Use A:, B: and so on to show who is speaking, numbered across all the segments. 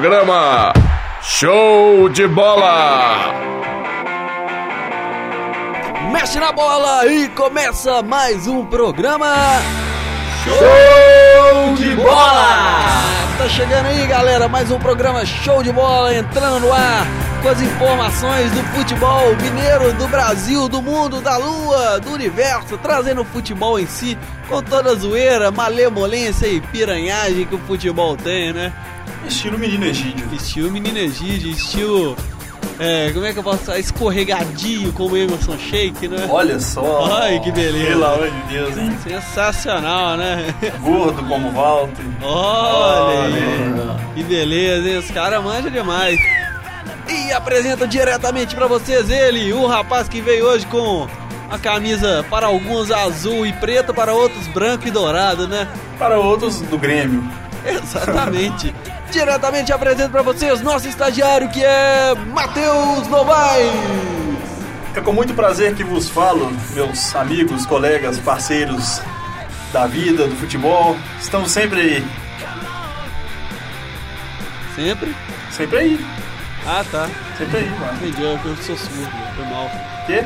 A: programa Show de Bola.
B: Mexe na bola e começa mais um programa
A: Show de
B: Tá chegando aí, galera, mais um programa Show de Bola entrando no ar com as informações do futebol mineiro, do Brasil, do mundo, da lua, do universo, trazendo o futebol em si com toda a zoeira, malemolência e piranhagem que o futebol tem, né?
C: Estilo menino Egídio.
B: Estilo Menino Egídio, estilo. É, como é que eu posso falar? Escorregadinho como Emerson Shake, né?
C: Olha só.
B: Ai, que beleza.
C: Pelo amor de Deus, hein?
B: Sensacional, né?
C: Gordo como Walter.
B: Olha
C: Olha.
B: aí. Que beleza, hein? Os caras manjam demais. E apresento diretamente pra vocês ele, o rapaz que veio hoje com a camisa para alguns azul e preta, para outros branco e dourado, né?
C: Para outros do Grêmio.
B: Exatamente. diretamente apresento pra vocês nosso estagiário que é Matheus Novaes.
C: É com muito prazer que vos falo, meus amigos, colegas, parceiros da vida, do futebol. Estamos sempre aí.
B: Sempre?
C: Sempre aí.
B: Ah, tá.
C: Sempre aí, mano.
B: Entendi, eu eu sou surdo, foi mal.
C: Quê?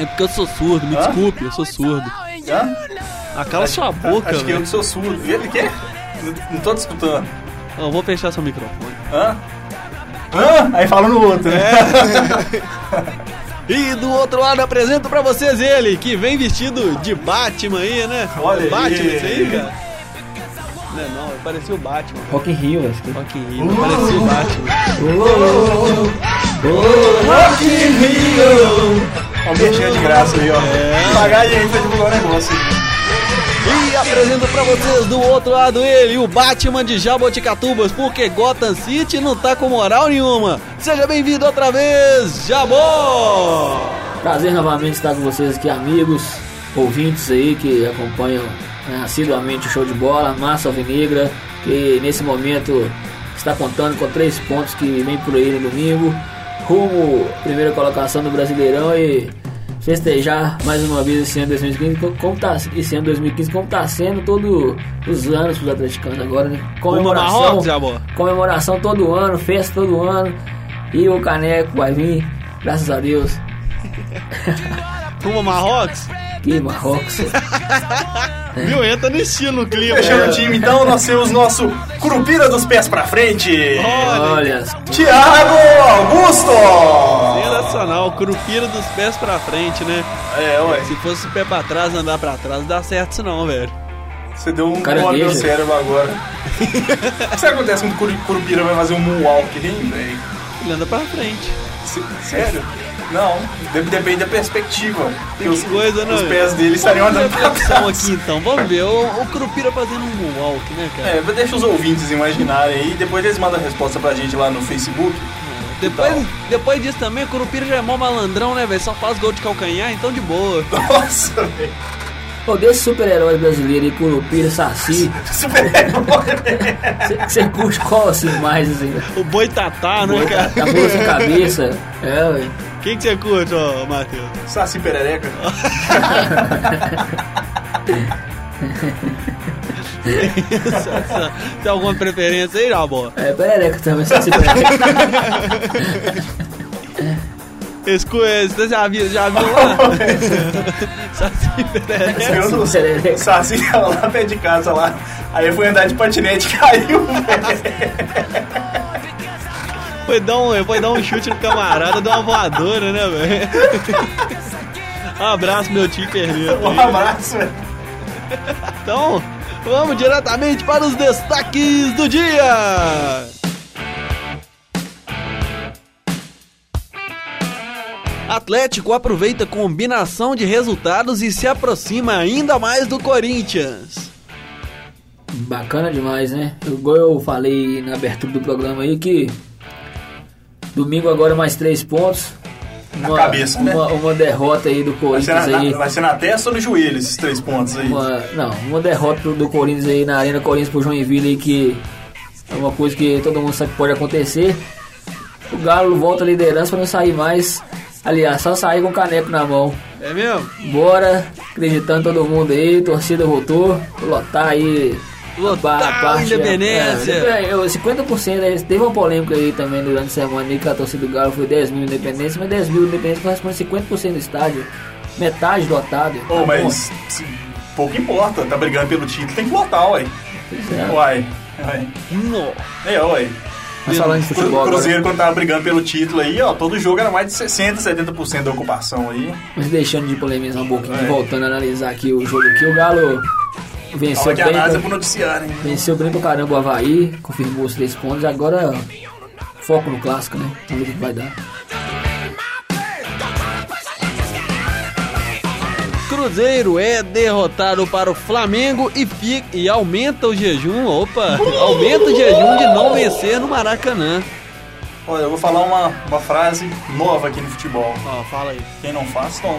B: É porque eu sou surdo, me
C: Hã?
B: desculpe, eu sou surdo.
C: Hã?
B: Ah, cala sua boca,
C: Acho que eu
B: velho.
C: que sou surdo. Ele quê? Não tô te escutando.
B: Eu vou fechar seu microfone.
C: Hã? Hã? Aí fala no outro, né?
B: E do outro lado apresento pra vocês ele, que vem vestido de Batman aí, né?
C: Olha aí.
B: Batman isso aí, cara. Não, é não, parecia o Batman. cara.
D: Rock in Rio, acho que. é.
B: Rock in Rio, parecia o Batman. É.
C: Alguém chega de graça aí, ó. Pagar a gente pra divulgar o negócio.
B: E apresento pra vocês do outro lado ele, o Batman de Jaboticatubas, porque Gotham City não tá com moral nenhuma. Seja bem-vindo outra vez, Jabó!
D: Prazer novamente estar com vocês aqui, amigos, ouvintes aí que acompanham né, assiduamente o show de bola, Massa Alvinegra, que nesse momento está contando com três pontos que vem por aí no domingo, rumo à primeira colocação do Brasileirão e festejar mais uma vez esse ano 2015, co- como tá, esse ano 2015, como está sendo todos os anos para os atleticanos agora, né?
B: Marrocos,
D: Comemoração,
B: Jabó.
D: comemoração todo ano, festa todo ano, e o caneco vai vir, graças a Deus.
B: Rumo a Marrocos?
D: Que Marrocos.
B: Viu? Entra no estilo o clima.
C: Fechando o time, então nós temos nosso Curupira dos pés pra frente.
D: Olha,
C: Tiago Augusto!
B: Sensacional, curupira dos pés pra frente, né?
C: É, ué,
B: Se fosse o pé pra trás, andar pra trás, não dá certo isso não, velho.
C: você deu um
D: Caranguejo.
C: gole no cérebro agora. O que será que acontece quando o Curu- Curupira vai fazer um moonwalk, hein, velho?
B: Ele anda pra frente.
C: Se- Sério? Não, de- depende da perspectiva. Porque os,
B: Que coisa, né?
C: os
B: velho?
C: pés dele estariam
B: Vamos ver
C: andando
B: a
C: pra
B: opção
C: trás.
B: aqui então, vamos ver. O, o curupira fazendo um moonwalk, né, cara?
C: É, deixa os ouvintes imaginarem aí, depois eles mandam a resposta pra gente lá no Facebook.
B: depois, depois disso também, o curupira já é mó malandrão, né, velho? Só faz gol de calcanhar, então de boa.
C: Nossa, velho.
D: pô, desse super-herói brasileiro aí, Curupira, Saci,
C: Super
D: você curte qual assim mais, assim?
B: O boi tatá, né, cara?
D: A bolsa cabeça. É, ué.
B: Quem que você curte, ó, Matheus?
C: Saci perereca.
B: Tem alguma preferência aí, Jabó?
D: É, perereca também, Saci perereca.
B: Esse, cu- esse você já viu, já viu lá? Saci perereca.
C: Eu não sei. O Saci tava lá pé de casa lá. Aí eu fui andar de patinete e caiu, velho.
B: Foi dar, um, foi dar um chute no camarada, deu uma voadora, né, velho? Um abraço, meu time perdeu.
C: Um abraço, velho.
B: Então, vamos diretamente para os destaques do dia! Atlético aproveita combinação de resultados e se aproxima ainda mais do Corinthians.
D: Bacana demais, né? Igual eu falei na abertura do programa aí que domingo agora mais três pontos. Uma,
C: cabeça, né?
D: uma, uma derrota aí do
C: Vai ser, na,
D: Corinthians aí.
C: na- vai ser na testa ou no joelho esses três pontos aí?
D: Uma- não, uma derrota do, do Corinthians aí na Arena Corinthians pro Joinville aí que é uma coisa que todo mundo sabe que pode acontecer. O Galo volta à liderança pra não sair mais. Aliás, só sair com o caneco na mão.
B: É mesmo?
D: Bora, acreditando todo mundo aí, torcida voltou, lotar aí
B: Lotar
D: Ba-
B: a Independência.
D: É, eu- 50% aí, né? teve uma polêmica aí também durante a semana aí que a torcida do Galo foi 10 mil independência, mas 10 mil independência corresponde a 50% do estádio, metade lotado.
C: Pô,
D: Tá
C: mas se- pouco importa, tá brigando pelo título, tem que lotar, ué.
D: bom.
C: Uai. Uai.
B: Não.
C: É, ué.
D: Mas falando de
C: O
D: futebol agora,
C: Cruzeiro, quando tava brigando pelo título aí, ó, todo jogo era mais de 60, 70% da ocupação aí.
D: mas deixando de polemizar um pouquinho,
C: É.
D: voltando a analisar aqui o jogo aqui, o Galo venceu
C: Fala que
D: bem,
C: a análise é pro
D: pra-
C: noticiário, hein?
D: venceu bem pra caramba o Havaí, confirmou os três pontos, agora foco no clássico, né? Vamos ver o que vai dar.
B: Cruzeiro é derrotado para o Flamengo e, fica, e aumenta o jejum, opa, aumenta o jejum de não vencer no Maracanã.
C: Olha, eu vou falar uma, uma frase nova aqui no futebol.
B: Ó, fala aí.
C: Quem não faz, toma.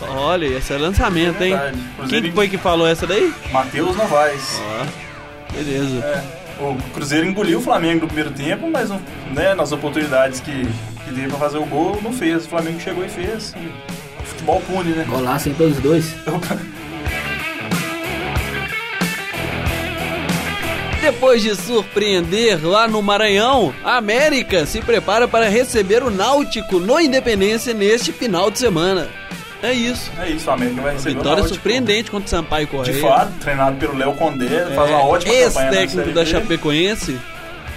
B: Olha, esse é lançamento, hein?
C: Verdade.
B: Quem
C: Cruzeiro
B: que foi que falou essa daí?
C: Matheus Novaes.
B: Ó, beleza.
C: É. O Cruzeiro engoliu o Flamengo no primeiro tempo, mas não- né, nas oportunidades que, que teve pra fazer o gol, não fez. O Flamengo chegou e fez. E o futebol pune, né?
D: Golaço em todos os dois.
B: Depois de surpreender lá no Maranhão, a América se prepara para receber o Náutico no Independência neste final de semana. É isso.
C: É isso, o América vai receber o
B: Vitória
C: Náutico.
B: surpreendente contra o Sampaio Correia.
C: De fato, treinado pelo Léo Condé, faz uma ótima campanha na
B: Ex-técnico
C: Série
B: da
C: B.
B: Chapecoense,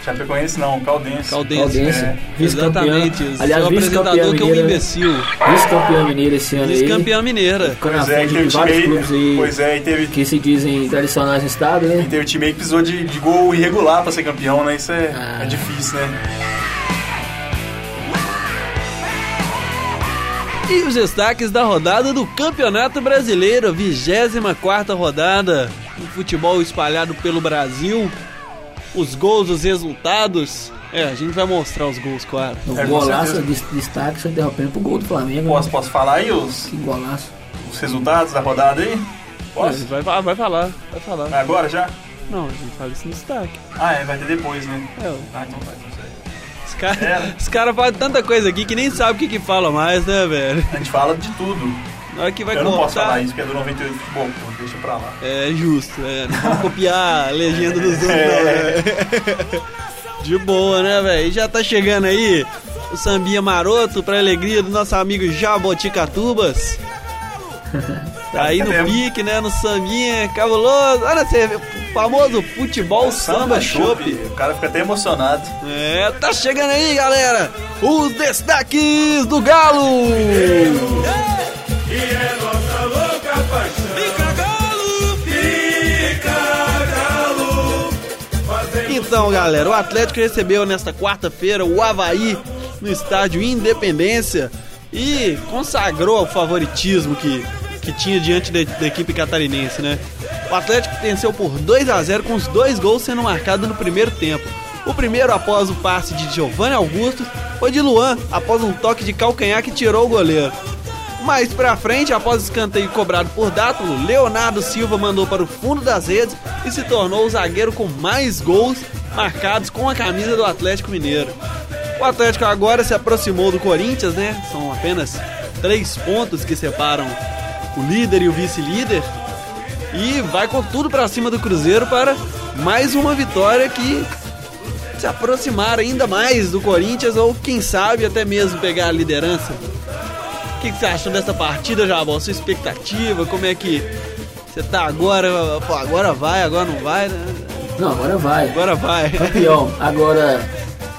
C: Chapecoense não, Caldense.
B: Caldense. né?
D: Caldense,
C: É,
D: vice-campeão.
B: Exatamente. isso.
D: Aliás,
B: Seu
D: vice-campeão
B: apresentador que é um
D: mineiro. né?
B: imbecil.
D: Vice-campeão mineiro esse ano aí.
B: Vice-campeão mineira.
D: Ficou na
C: Pois é,
D: frente
C: que o
D: de
C: time
D: Ah, vários clubes
C: aí,
D: aí
C: pois é, e teve,
D: que se dizem tradicionais no estado,
C: e
D: né?
C: teve time aí que precisou de, de gol irregular pra ser campeão, né? Isso é,
D: Ah.
C: é difícil, né?
B: E os destaques da rodada do Campeonato Brasileiro, 24 rodada. O futebol espalhado pelo Brasil. Os gols, os resultados. É, a gente vai mostrar os gols, claro.
D: O
C: É, com
D: golaço
C: certeza.
D: de destaque só interrompendo pro gol do Flamengo. né?
C: Posso, posso falar aí os,
D: Que golaço.
C: os resultados da rodada aí? Posso?
B: É, Vai, vai, vai falar, vai falar.
C: Agora já?
B: Não, a gente fala isso no destaque.
C: Ah, é, vai ter depois, né?
B: É, ó,
C: Ah, então vai, não sei.
B: os caras
C: É.
B: os cara falam tanta coisa aqui que nem sabe o que que fala mais, né, velho?
C: A gente fala de tudo.
B: Na hora que vai
C: Eu não posso
B: cortar,
C: falar isso, porque é do 98 Futebol Clube, deixa pra lá.
B: É justo, é. Não vamos copiar a legenda dos outros, não,
C: É.
B: velho. De boa, né, velho? E Já tá chegando aí o sambinha maroto pra alegria do nosso amigo Jaboticatubas. Tá aí no
C: É mesmo.
B: pique, né? No sambinha cabuloso. Olha você, o famoso futebol samba chope.
C: O cara fica até emocionado.
B: É, tá chegando aí, galera. Os destaques do Galo. Então, galera, o Atlético recebeu nesta quarta-feira o Havaí no estádio Independência e consagrou o favoritismo que, que tinha diante da, da equipe catarinense, né? O Atlético venceu por 2 a 0 com os dois gols sendo marcados no primeiro tempo. O primeiro após o passe de Giovanni Augusto foi de Luan após um toque de calcanhar que tirou o goleiro. Mais pra frente, após escanteio cobrado por Dátulo, Leonardo Silva mandou para o fundo das redes e se tornou o zagueiro com mais gols marcados com a camisa do Atlético Mineiro. O Atlético agora se aproximou do Corinthians, né? São apenas três pontos que separam o líder e o vice-líder. E vai com tudo pra cima do Cruzeiro para mais uma vitória que se aproximar ainda mais do Corinthians ou quem sabe até mesmo pegar a liderança. O que, que você achou dessa partida, Jabal? Sua expectativa? Como é que você tá agora? Pô, agora vai, agora não vai, né?
D: Não, agora vai.
B: Agora vai.
D: Campeão. Agora,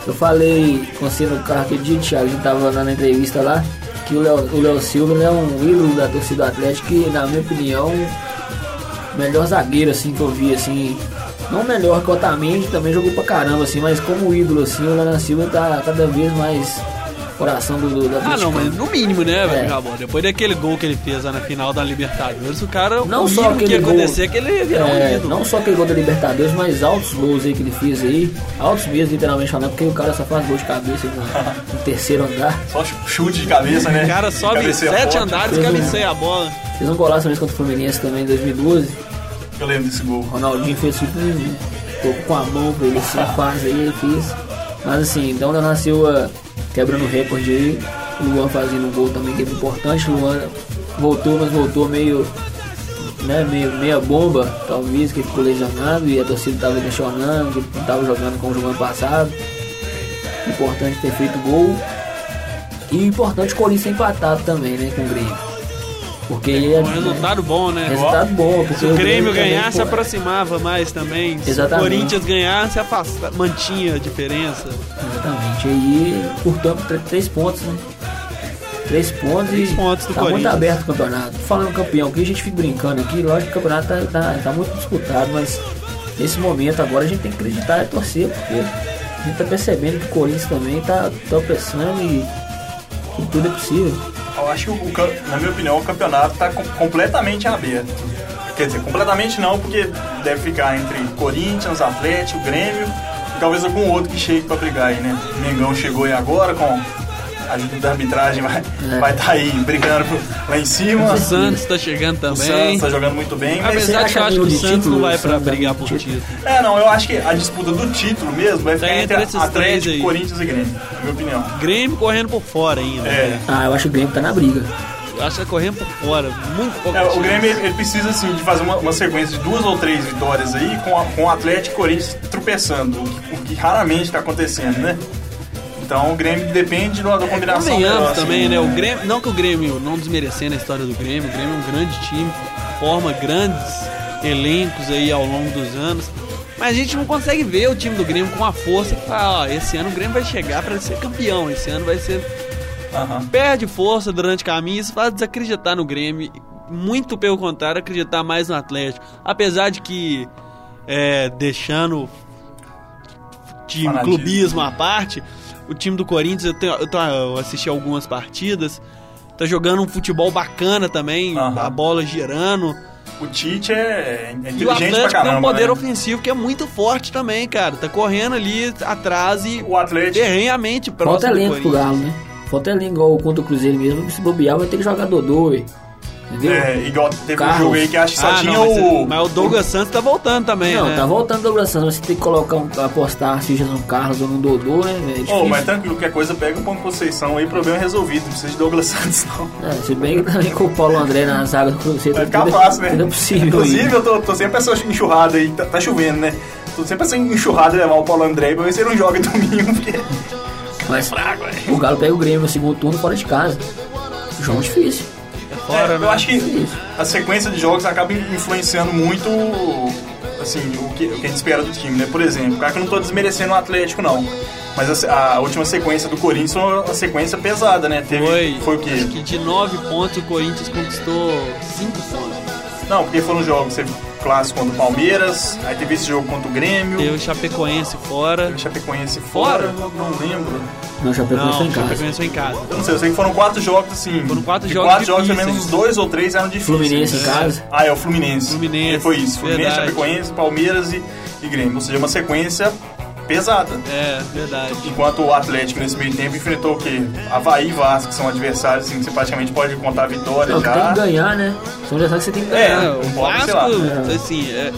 D: eu falei com você no carro aquele dia, Thiago, a gente tava dando a entrevista lá, que o Léo o Léo Silva né, é um ídolo da torcida do Atlético e, na minha opinião, o melhor zagueiro, assim, que eu vi, assim, não o melhor que o Otamendi, também jogou pra caramba, assim, mas como ídolo, assim, o Léo Silva tá cada vez mais coração do, do, do Atlético.
B: Ah, não, mas no mínimo, né, velho,
D: É.
B: Jabal? Depois daquele gol que ele fez lá na final da Libertadores, o cara,
D: Não
B: o
D: só
B: mínimo que ia
D: aquele gol.
B: acontecer é que ele ia virar um
D: É,
B: ídolo.
D: não só aquele gol da Libertadores, mas altos gols aí que ele fez aí. Altos mesmo, literalmente falando, porque o cara só faz gol de cabeça aí no, no terceiro andar.
C: Só chute de cabeça, né?
B: O cara sobe
C: Cabeceia
B: sete
C: forte.
B: andares e
D: Fez um-
B: cabeceia a bola.
D: Fez um golaço mesmo contra o Fluminense também em 2012.
C: Eu lembro desse gol.
D: O Ronaldinho fez tipo um- tocou com a mão pra ele assim, faz aí, ele fez. Mas assim, então Leonardo Silva quebrando recorde aí. O Luan fazendo um gol também que é importante. O Luan voltou, mas voltou meio né, meio, meia bomba, talvez, que ficou lesionado e a torcida estava questionando, que não estava jogando como jogou ano passado. Importante ter feito gol. E importante é o Corinthians empatar também, né, com o Grêmio. Porque é,
B: Um resultado bom, né?
D: resultado bom. Porque
B: Se o Grêmio
D: também,
B: ganhar, se
D: pô,
B: aproximava mais também. Se o
D: Exatamente.
B: Corinthians ganhar, se afasta, mantinha a diferença.
D: Exatamente. Aí, portanto, tre- três pontos, né? Três pontos
B: Três
D: e
B: pontos do
D: tá muito
B: Corinthians.
D: aberto o campeonato. Falando em campeão, que a gente fica brincando aqui, lógico que o campeonato tá, tá- tá muito disputado, mas nesse momento agora a gente tem que acreditar e torcer, porque a gente tá percebendo que o Corinthians também tá tropeçando e que tudo é possível.
C: Eu acho que, o, cam- na minha opinião, o campeonato está completamente aberto. Quer dizer, completamente não, porque deve ficar entre Corinthians, Atlético, Grêmio e talvez algum outro que chegue para brigar aí, né? Mengão chegou aí agora com a ajuda da arbitragem, vai estar
D: É.
C: aí brigando pro- lá em cima.
B: O Santos tá chegando
C: O Santos
B: também.
C: tá jogando muito bem, mas...
B: Apesar
D: será
B: de que
D: que
B: eu
D: a
B: acho que o
D: briga de
B: Santos
D: título,
B: não vai
D: o
B: pra
D: Santos vai
B: brigar
D: pro
B: por
D: título?
B: título.
C: É, não, eu acho que a disputa do título mesmo vai ficar
B: Tá
C: entre,
B: entre esses três
C: Atlético,
B: aí.
C: Corinthians e Grêmio, na minha opinião.
B: Grêmio correndo por fora ainda. né?
C: É.
D: Ah, eu acho que o Grêmio tá na briga.
B: Eu acho que tá correndo por fora. Muito pouco.
C: É, o Grêmio ele precisa assim, de fazer uma, uma sequência de duas ou três vitórias aí com, a- com o Atlético e o Corinthians tropeçando, o que, o que raramente está acontecendo, né? Então o Grêmio depende de uma, de uma combinação. melhor,
B: É, Convenhamos
C: assim.
B: também, né? O Grêmio, não que o Grêmio, não desmerecendo a história do Grêmio, o Grêmio é um grande time, forma grandes elencos aí ao longo dos anos. Mas a gente não consegue ver o time do Grêmio com a força que fala, ó, esse ano o Grêmio vai chegar pra ser campeão, esse ano vai ser
C: Aham.
B: perde força durante o caminho, isso faz desacreditar no Grêmio. Muito pelo contrário, acreditar mais no Atlético. Apesar de que, é, deixando de
C: Fanatismo.
B: clubismo à parte, o time do Corinthians, eu, tenho- eu tô- eu assisti algumas partidas, tá jogando um futebol bacana também,
C: Aham.
B: a bola girando.
C: O Tite é, é
B: E o
C: inteligente pra
B: Atlético tem
C: caramba.
B: um poder
C: né?
B: ofensivo que é muito forte também, cara. Tá correndo ali atrás e
C: O
B: É,
C: Atlético.
B: terrenhamente
D: Falta
B: próximo do
D: elenco pro
B: Corinthians.
D: Galo, né? Falta elenco igual contra o Cruzeiro mesmo, se bobear vai ter que jogar Dodô, ué. entendeu?
C: É, igual teve um
D: Carlos.
C: jogo aí que acho que só
B: Ah,
C: tinha
B: não, mas,
C: o.
B: mas o Douglas Santos tá voltando também,
D: Não,
B: né?
D: tá voltando o Douglas Santos, mas você tem que colocar um, apostar se o Jesus Carlos ou no Dodô, né? É difícil.
C: Ô, mas tranquilo, qualquer coisa pega o ponto Conceição aí, problema resolvido. Não precisa de Douglas Santos, não.
D: É, se bem que também com o Paulo André na zaga do Cruzeiro,
C: tá- Vai ficar
D: tudo-
C: fácil, né?
D: tudo é possível.
C: Inclusive,
D: aí.
C: eu tô, tô sempre essa enxurrada aí, tá, tá chovendo, né? Tô sempre essa enxurrada de levar o Paulo André pra ver se ele não joga domingo, porque é né?
D: mas o Galo pega o Grêmio no segundo turno fora de casa. Jogo difícil.
C: É,
B: né?
C: eu acho que
D: Difícil.
C: a sequência de jogos acaba influenciando muito assim, o, que, o que a gente espera do time, né? Por exemplo, claro que eu não tô desmerecendo o Atlético, não. Mas a se- a, última sequência do Corinthians foi uma sequência pesada, né? Teve,
B: Foi,
C: o quê?
B: acho que de 9 pontos o Corinthians conquistou 5 pontos.
C: Não, porque foram jogos, teve clássico contra o Palmeiras, aí teve esse jogo contra o Grêmio,
B: Teve o Chapecoense fora.
C: teve o Chapecoense
B: Fora?
C: fora, não lembro.
D: Não, o Chapecoense tá
B: Não,
D: em
B: o
D: casa.
B: Chapecoense foi em casa.
C: Eu não sei, eu sei que foram quatro jogos assim.
B: Foram quatro
C: de
B: jogos
C: Quatro jogos, pelo
B: difíceis.
C: menos uns dois ou três eram difíceis.
D: Fluminense em
C: É.
D: casa.
C: Ah, é, o Fluminense.
B: Fluminense,
C: E foi isso. Fluminense,
B: verdade.
C: Chapecoense, Palmeiras e, e Grêmio. Ou seja, uma sequência pesada.
B: É, verdade.
C: Enquanto o Atlético nesse meio tempo enfrentou o quê? Havaí e Vasco, que são adversários assim, que você praticamente pode contar a vitória
D: Não, É, que tem
C: já.
D: que ganhar, né? São já sabe que você tem que
C: É,
D: ganhar.
B: É, o
C: um pouco, sei lá.
B: Vasco, assim, é,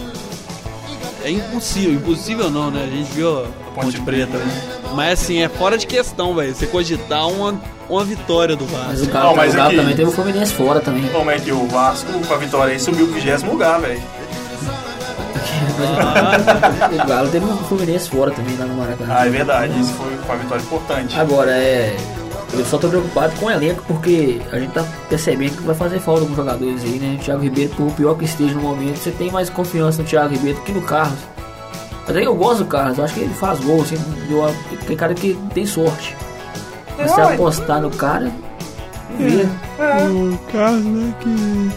B: é impossível. Impossível não, né? A gente viu a
C: Ponte
B: Ponte, Preta. né? Mas assim, é fora de questão, velho. Você cogitar uma, uma vitória do
D: Mas
B: Vasco.
D: o Galo,
C: Não, mas
D: o Galo
C: aqui-
D: também teve o Fluminense fora também.
C: Como é que o Vasco, com a vitória aí, subiu o vigésimo lugar, velho.
D: O Galo teve o Fluminense fora também lá no Maracanã.
C: Ah, é verdade. Isso foi foi uma vitória importante.
D: Agora, é. Eu só tô preocupado com o elenco porque a gente tá percebendo que vai fazer falta alguns jogadores aí, né? O Thiago Ribeiro, por pior que esteja no momento, você tem mais confiança no Thiago Ribeiro que no Carlos. Até que eu gosto do Carlos, eu acho que ele faz gol, assim, eu, aquele cara que tem sorte. Mas se apostar no cara, vê.
E: O Carlos, né, que...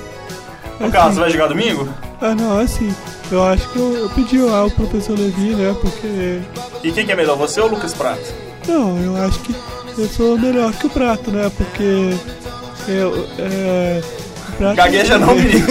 C: O Carlos, você vai jogar domingo?
E: Ah, não, assim, eu acho que eu, eu pedi lá o professor Levi, né, porque...
C: E quem que é melhor, você ou o Lucas Prato?
E: Não, eu acho que eu sou melhor que o Prato, né, porque... Eu, é... o Prato- é
C: Gagueja não, menino.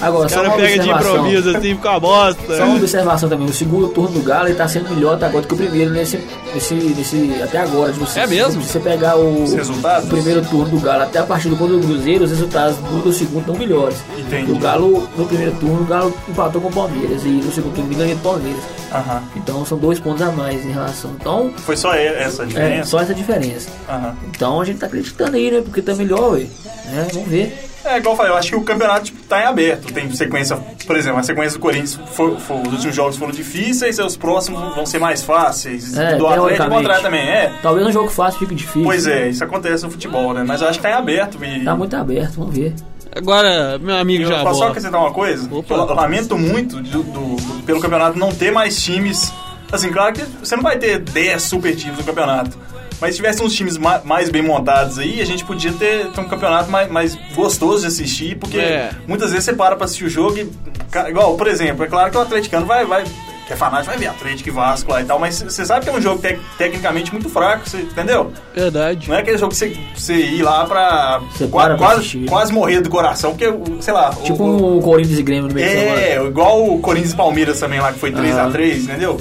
D: Agora,
B: O
D: só
B: cara
D: uma
B: pega de
D: observação.
B: improviso, assim, fica uma bosta.
D: Só uma observação também, o segundo turno do Galo ele tá sendo melhor até agora do que o primeiro nesse. nesse, nesse até agora. Tipo, se-
B: É mesmo?
D: Se você pegar o,
C: Os resultados?
D: o primeiro turno do Galo até a partida contra o Cruzeiro, os resultados do, do segundo estão melhores.
C: Entendi.
D: O Galo, no primeiro turno, o Galo empatou com o Palmeiras e no segundo turno ele ganhou do Palmeiras.
C: Aham.
D: Então são dois pontos a mais em relação. Então,
C: Foi só e- essa a
D: é
C: diferença?
D: só essa diferença.
C: Aham.
D: Então a gente tá acreditando aí, né? Porque tá melhor, ué. né? Vamos ver.
C: É, igual eu falei, eu acho que o campeonato tipo, tá em aberto. Tem sequência, por exemplo, a sequência do Corinthians, foi, foi- os últimos jogos foram difíceis, e os próximos vão ser mais fáceis.
D: É,
C: do Atlético, o
D: teoricamente.
C: contrário também, é.
D: Talvez um jogo fácil fique difícil.
C: Pois é, isso acontece no futebol, né? Mas eu acho que tá em aberto. E
D: Tá muito aberto, vamos ver.
B: Agora, meu amigo
C: eu
B: já
C: posso só acrescentar uma coisa?
B: Opa.
C: Que Eu la- lamento muito do- do- pelo campeonato não ter mais times. Assim, claro que você não vai ter 10 super times no campeonato. Mas se tivesse uns times ma- mais bem montados aí, a gente podia ter, ter um campeonato mais, mais gostoso de assistir, porque
B: É.
C: muitas vezes você para pra assistir o jogo e. ca- Igual, por exemplo, é claro que o atleticano vai. vai que é fanático, vai ver Atlético e Vasco lá e tal, mas você sabe que é um jogo tec- tecnicamente muito fraco, você, entendeu?
B: Verdade.
C: Não é aquele jogo que você, você ir lá pra
D: Você
C: qua-
D: para pra
C: quase,
D: assistir.
C: quase morrer do coração, porque, o- sei lá... o-
D: Tipo
C: o-
D: um Corinthians e Grêmio no meio
C: é, igual o Corinthians e Palmeiras também lá, que foi 3x3, entendeu?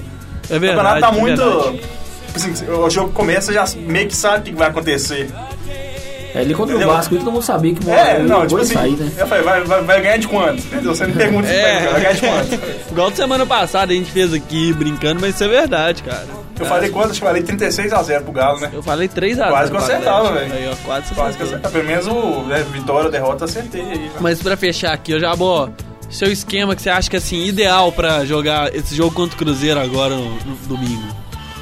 B: É
C: o campeonato
B: Ah, verdade.
C: tá
B: é
C: muito.
B: verdade.
C: assim, o jogo começa já meio que sabe o que vai acontecer.
D: É, ele contra o
C: Entendeu?
D: Vasco, e todo mundo sabia que
C: É,
D: ele
C: não,
D: não
C: tipo
D: ia
C: assim.
D: sair, né?
C: Eu falei, vai, vai, vai ganhar de quanto? Entendeu? Você me pergunta se
B: É.
C: vai ganhar, vai ganhar de quanto.
B: Igual de semana passada a gente fez aqui brincando, mas isso é verdade, cara.
C: Eu falei quanto? Acho que eu falei 36x0 pro Galo, né?
B: Eu falei 3x0.
C: Quase que eu acertava, velho.
B: Aí, ó, quase que eu
C: Quase que
B: acertei.
C: acertar. Pelo menos o né, vitória, derrota, acertei aí. né?
B: Mas pra fechar aqui, eu já vou. Seu esquema que você acha que assim, ideal pra jogar esse jogo contra o Cruzeiro agora no, no domingo.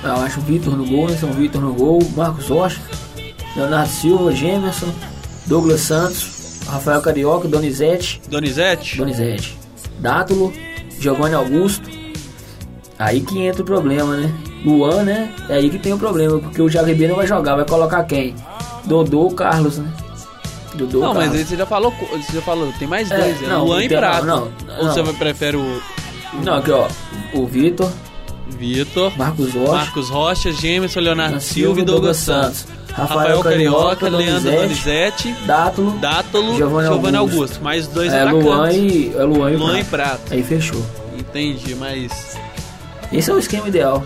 D: Ah, Eu acho o Vitor no gol, São Vitor no gol, Marcos Rocha, Leonardo Silva, Gemerson, Douglas Santos, Rafael Carioca, Donizete,
B: Donizete?
D: Donizete, Dátulo, Giovanni Augusto. Aí que entra o problema, né? Luan, né? É aí que tem o problema, porque o Thiago Ribeiro não vai jogar, vai colocar quem? Dodô ou Carlos, né? Dodô
B: Não,
D: ou Carlos.
B: mas aí você já falou. co- Você já falou, tem mais
D: É,
B: dois, é,
D: não,
B: Luan e
D: tem-
B: Prato.
D: não,
B: Ou
D: não.
B: você vai- prefere o
D: Não, aqui ó, o Vitor,
B: Vitor,
D: Marcos Rocha,
B: Marcos Rocha, Gemerson, Leonardo Silva e Douglas Santos.
D: Rafael, Carioca,
B: Leandro
D: Donizete,
B: Donizete,
D: Dátulo,
B: Dátolo,
D: Giovanni
B: Giovanni Augusto.
D: Augusto.
B: Mais dois
D: é,
B: atacantes.
D: Luan e, é Luan e
B: Luan e
D: Prato.
B: Prato.
D: Aí fechou.
B: Entendi, mas.
D: Esse é o esquema ideal.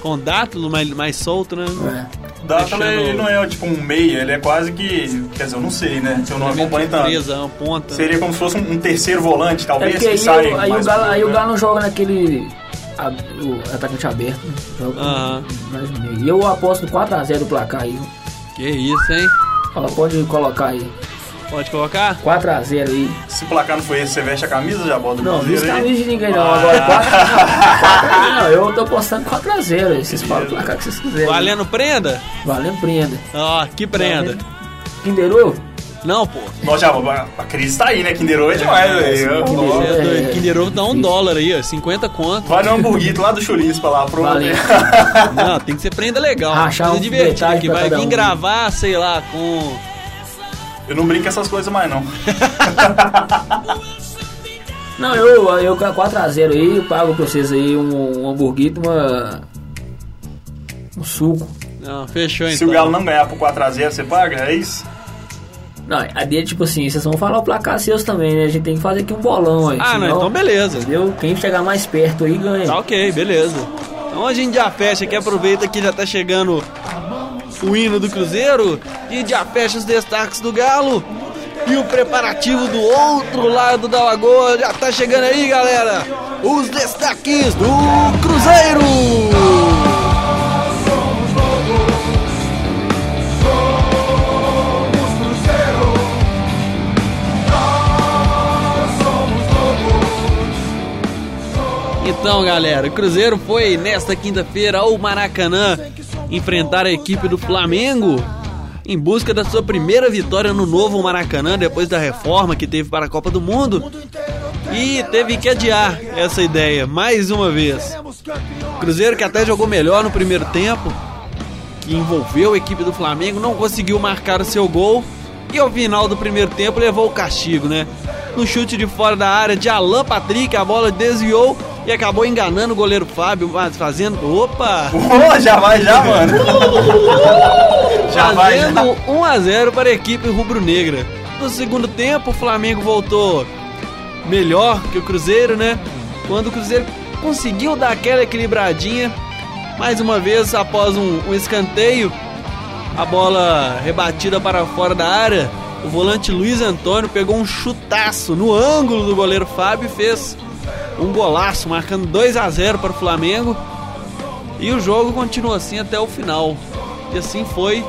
B: Com Dátulo mais, mais solto, né?
D: É.
C: O Dátala,
B: Deixando-
C: ele não é tipo um meia, ele é quase que. Quer dizer, eu não sei, né? Se eu não acompanho tanto.
B: Presa, uma ponta.
C: Seria como se fosse um, um terceiro volante,
D: É
C: talvez,
D: porque
C: que
D: aí,
C: saia.
D: o- aí, o
C: assim mais né?
D: Galo,
C: pro-
D: aí o Galo não joga naquele a- o atacante aberto. né? Joga com
B: Aham.
D: mais no meio. E eu aposto no 4x0 o placar aí.
B: Que isso, hein?
D: Ela pode colocar aí.
B: Pode colocar?
D: 4x0 aí.
C: Se o placar não foi esse, você veste a camisa já bota o
D: Não, não
C: Cruzeiro aí? Ah.
D: camisa de ninguém não. Agora 4x0. Não, eu tô apostando 4x0 aí. Vocês falam o placar que vocês quiserem.
B: Valendo prenda?
D: Valendo prenda.
B: Ó, que prenda.
D: Kinderou?
B: Não, pô.
C: Nós já, a, a crise tá aí, né? Kinder Ovo é demais, velho.
D: sim,
C: Ó,
D: Kinder Ovo.
B: É, doido.
D: é,
B: Kinder Ovo dá um
D: difícil.
B: dólar aí, ó. 50 conto.
C: Vai no hamburguito lá do Chulispa lá, pro.
D: Valeu.
B: Não, tem que ser prenda legal.
D: Rachar
B: Coisa
D: um
B: divertida.
D: detalhe
B: Que
D: pra
B: vai
D: cada
B: vir
D: um.
B: gravar, sei lá, com.
C: Eu não brinco com essas coisas mais, não.
D: Não, eu, eu com a 4x0 aí, eu pago pra vocês aí um, um hambúrguer, uma. um suco.
B: Não, fechou então.
C: Se o Galo não ganhar por 4x0, você paga? É isso?
D: Não, a D é tipo assim, vocês vão falar o placar seus também, né? A gente tem que fazer aqui um bolão aí.
B: Ah, não,
D: senão,
B: então beleza.
D: Entendeu? Quem chegar mais perto aí ganha.
B: Tá ok, beleza. Então a gente já fecha aqui, aproveita que já tá chegando o hino do Cruzeiro e já fecha os destaques do Galo. E o preparativo do outro lado da lagoa já tá chegando aí, galera. Os destaques do Cruzeiro. Então, galera, o Cruzeiro foi nesta quinta-feira ao Maracanã enfrentar a equipe do Flamengo em busca da sua primeira vitória no novo Maracanã depois da reforma que teve para a Copa do Mundo. E teve que adiar essa ideia mais uma vez. O Cruzeiro que até jogou melhor no primeiro tempo, que envolveu a equipe do Flamengo, não conseguiu marcar o seu gol e ao final do primeiro tempo levou o castigo, né? No chute de fora da área de Alan Patrick, a bola desviou e acabou enganando o goleiro Fábio, mas fazendo. Opa!
C: Pô, já vai, já, mano. já vai, já.
B: fazendo 1 a 0 para a equipe rubro-negra. No segundo tempo, o Flamengo voltou melhor que o Cruzeiro, né? Quando o Cruzeiro conseguiu dar aquela equilibradinha, mais uma vez após um, um escanteio, a bola rebatida para fora da área, o volante Luiz Antônio pegou um chutaço no ângulo do goleiro Fábio e fez um golaço, marcando 2 a 0 para o Flamengo. E o jogo continua assim até o final. E assim foi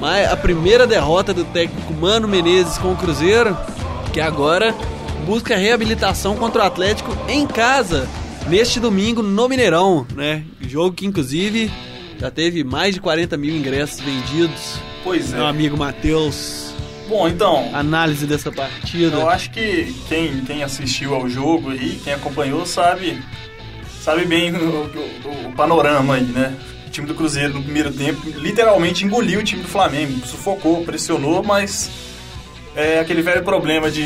B: mas a primeira derrota do técnico Mano Menezes com o Cruzeiro. que agora busca reabilitação contra o Atlético em casa neste domingo no Mineirão, né? Jogo que inclusive já teve mais de 40 mil ingressos vendidos. né?
C: Pois
B: Meu
C: é.
B: amigo Matheus,
C: Bom, então,
B: análise dessa
C: Eu
B: partida.
C: acho que quem, quem assistiu ao jogo aí, quem acompanhou, sabe, sabe bem o, o- o panorama aí, né? O time do Cruzeiro no primeiro tempo literalmente engoliu o time do Flamengo, sufocou, pressionou, mas é aquele velho problema de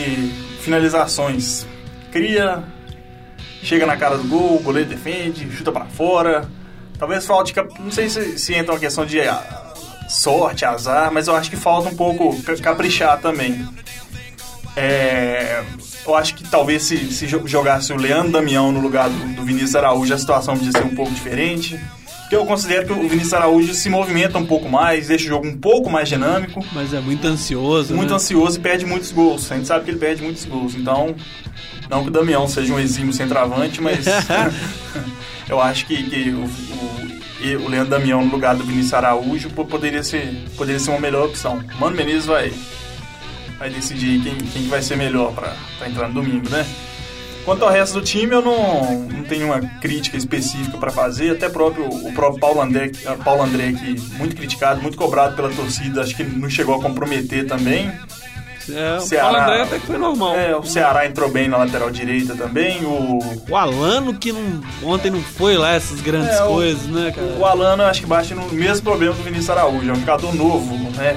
C: finalizações. Cria, chega na cara do gol, o goleiro defende, chuta pra fora. Talvez falte, cap- não sei se, se entra uma questão de ah, sorte, azar, mas eu acho que falta um pouco ca- caprichar também. É, eu acho que talvez se, se jo- jogasse o Leandro Damião no lugar do, do Vinícius Araújo, a situação podia ser um pouco diferente. Porque eu considero que o Vinícius Araújo se movimenta um pouco mais, deixa o jogo um pouco mais dinâmico
B: Mas é muito ansioso.
C: muito
B: né?
C: ansioso e perde muitos gols. A gente sabe que ele perde muitos gols. Então, não que o Damião seja um exímio centroavante, mas eu acho que, que o, o, e o Leandro Damião no lugar do Vinícius Araújo po- poderia ser, poderia ser uma melhor opção. Mano Menezes vai, vai decidir quem, quem que vai ser melhor para entrar no domingo, né? Quanto ao resto do time, eu não, não tenho uma crítica específica para fazer. Até próprio, o próprio Paulo André, eh, Paulo André, que muito criticado, muito cobrado pela torcida, acho que não chegou a comprometer também.
B: É, o
C: Ceará.
B: Paulo André até que foi normal.
C: É, o Ceará entrou bem na lateral direita também. O,
B: O Alano que não, ontem não foi lá essas grandes
C: É, o-
B: coisas, né, cara?
C: o Alano, eu acho que bate no mesmo problema do Vinícius Araújo. É um jogador novo, né?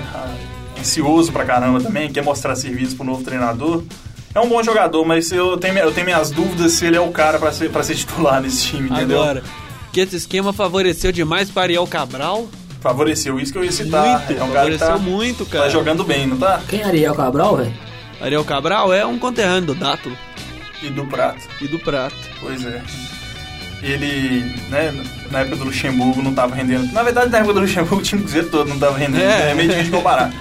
C: Ansioso pra caramba também, quer mostrar serviço pro novo treinador. É um bom jogador, mas eu tenho, eu tenho minhas dúvidas se ele é o cara pra ser, pra ser titular nesse time, entendeu?
B: Agora, que esse esquema favoreceu demais para Ariel Cabral.
C: Favoreceu isso que eu ia citar.
B: muito,
C: é um cara que
B: favoreceu
C: tá,
B: muito,
C: tá
B: cara.
C: jogando bem, não tá?
D: Quem é Ariel Cabral, velho?
B: Ariel Cabral é um conterrâneo do Dátulo
C: E do Prato.
B: e do Prato.
C: Pois é. Ele, né, na época do Luxemburgo não tava rendendo. Na verdade, na época do Luxemburgo o time do Cruzeiro todo não tava rendendo.
B: É.
C: É, meio difícil comparar.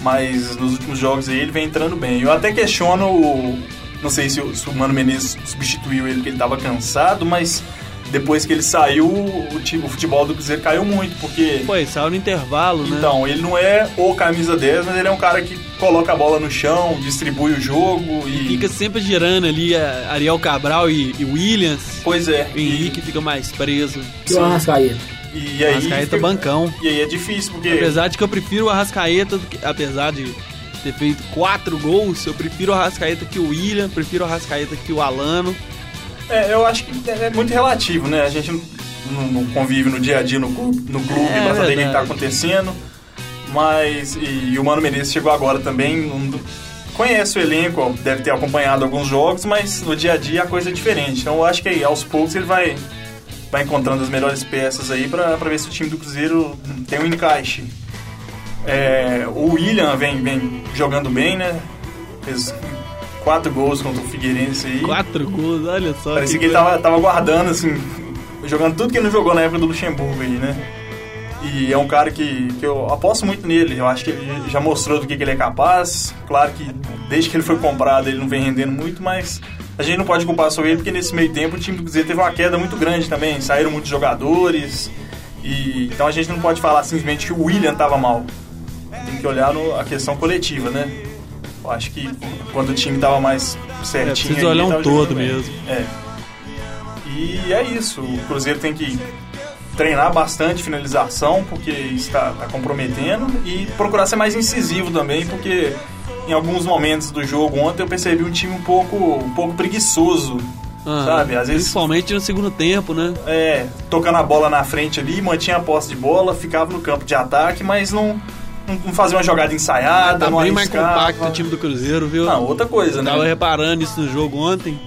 C: Mas nos últimos jogos aí ele vem entrando bem. Eu até questiono o. Não sei se o, se o Mano Menezes substituiu ele porque ele tava cansado, mas depois que ele saiu, o, ti- o futebol do Cruzeiro caiu muito, porque.
B: Pô, e saiu no intervalo, né?
C: Então, ele não é o camisa 10, mas ele é um cara que coloca a bola no chão, distribui o jogo e.
B: Fica sempre girando ali é, Ariel Cabral e, e Williams.
C: Pois é.
B: O Henrique fica mais preso.
D: Que o Arrascaeta.
C: E, e aí.
B: Arrascaeta
C: fica-
B: bancão.
C: E aí é difícil, porque.
B: Apesar de que eu prefiro o Arrascaeta, do que- apesar de ter feito quatro gols, eu prefiro o Arrascaeta que o William, prefiro o Arrascaeta que o Alano.
C: É, eu acho que é muito relativo, né? A gente não, não convive no dia a dia no, clu- no clube
B: É
C: pra saber o que que tá
B: verdade.
C: acontecendo. Mas. E, e o Mano Menezes chegou agora também. não- conhece o elenco, ó, deve ter acompanhado alguns jogos, mas no dia a dia a coisa é diferente. Então eu acho que aos poucos ele vai, vai encontrando as melhores peças aí pra, pra ver se o time do Cruzeiro tem um encaixe. É, o William vem, vem jogando bem, né? Fez quatro gols contra o Figueirense aí.
B: Quatro gols, olha só.
C: Parecia que ele tava, tava guardando, assim, jogando tudo que ele não jogou na época do Luxemburgo aí, né? E é um cara que, que eu aposto muito nele. Eu acho que ele já mostrou do que, que ele é capaz. Claro que desde que ele foi comprado ele não vem rendendo muito, mas a gente não pode culpar só ele, porque nesse meio tempo o time do Cruzeiro teve uma queda muito grande também. Saíram muitos jogadores. E, então a gente não pode falar simplesmente que o William tava mal. Tem que olhar no- a questão coletiva, né? Eu acho que quando o time tava mais
B: É,
C: certinho.
B: precisa
C: aí,
B: olhar um
C: tava jogando
B: todo
C: bem.
B: mesmo.
C: É. E é isso. O Cruzeiro tem que treinar bastante finalização, porque está tá comprometendo, e procurar ser mais incisivo também, porque em alguns momentos do jogo ontem eu percebi um time um pouco, um pouco preguiçoso.
B: Ah,
C: sabe? Às vezes
B: Principalmente no segundo tempo, né?
C: é, tocando a bola na frente ali, mantinha a posse de bola, ficava no campo de ataque, mas não, não, não fazia uma jogada ensaiada,
B: Tá
C: não
B: bem mais
C: arriscava.
B: compacto o time do Cruzeiro, viu?
C: né? Não, outra coisa,
B: Eu
C: né?
B: tava reparando isso no jogo ontem.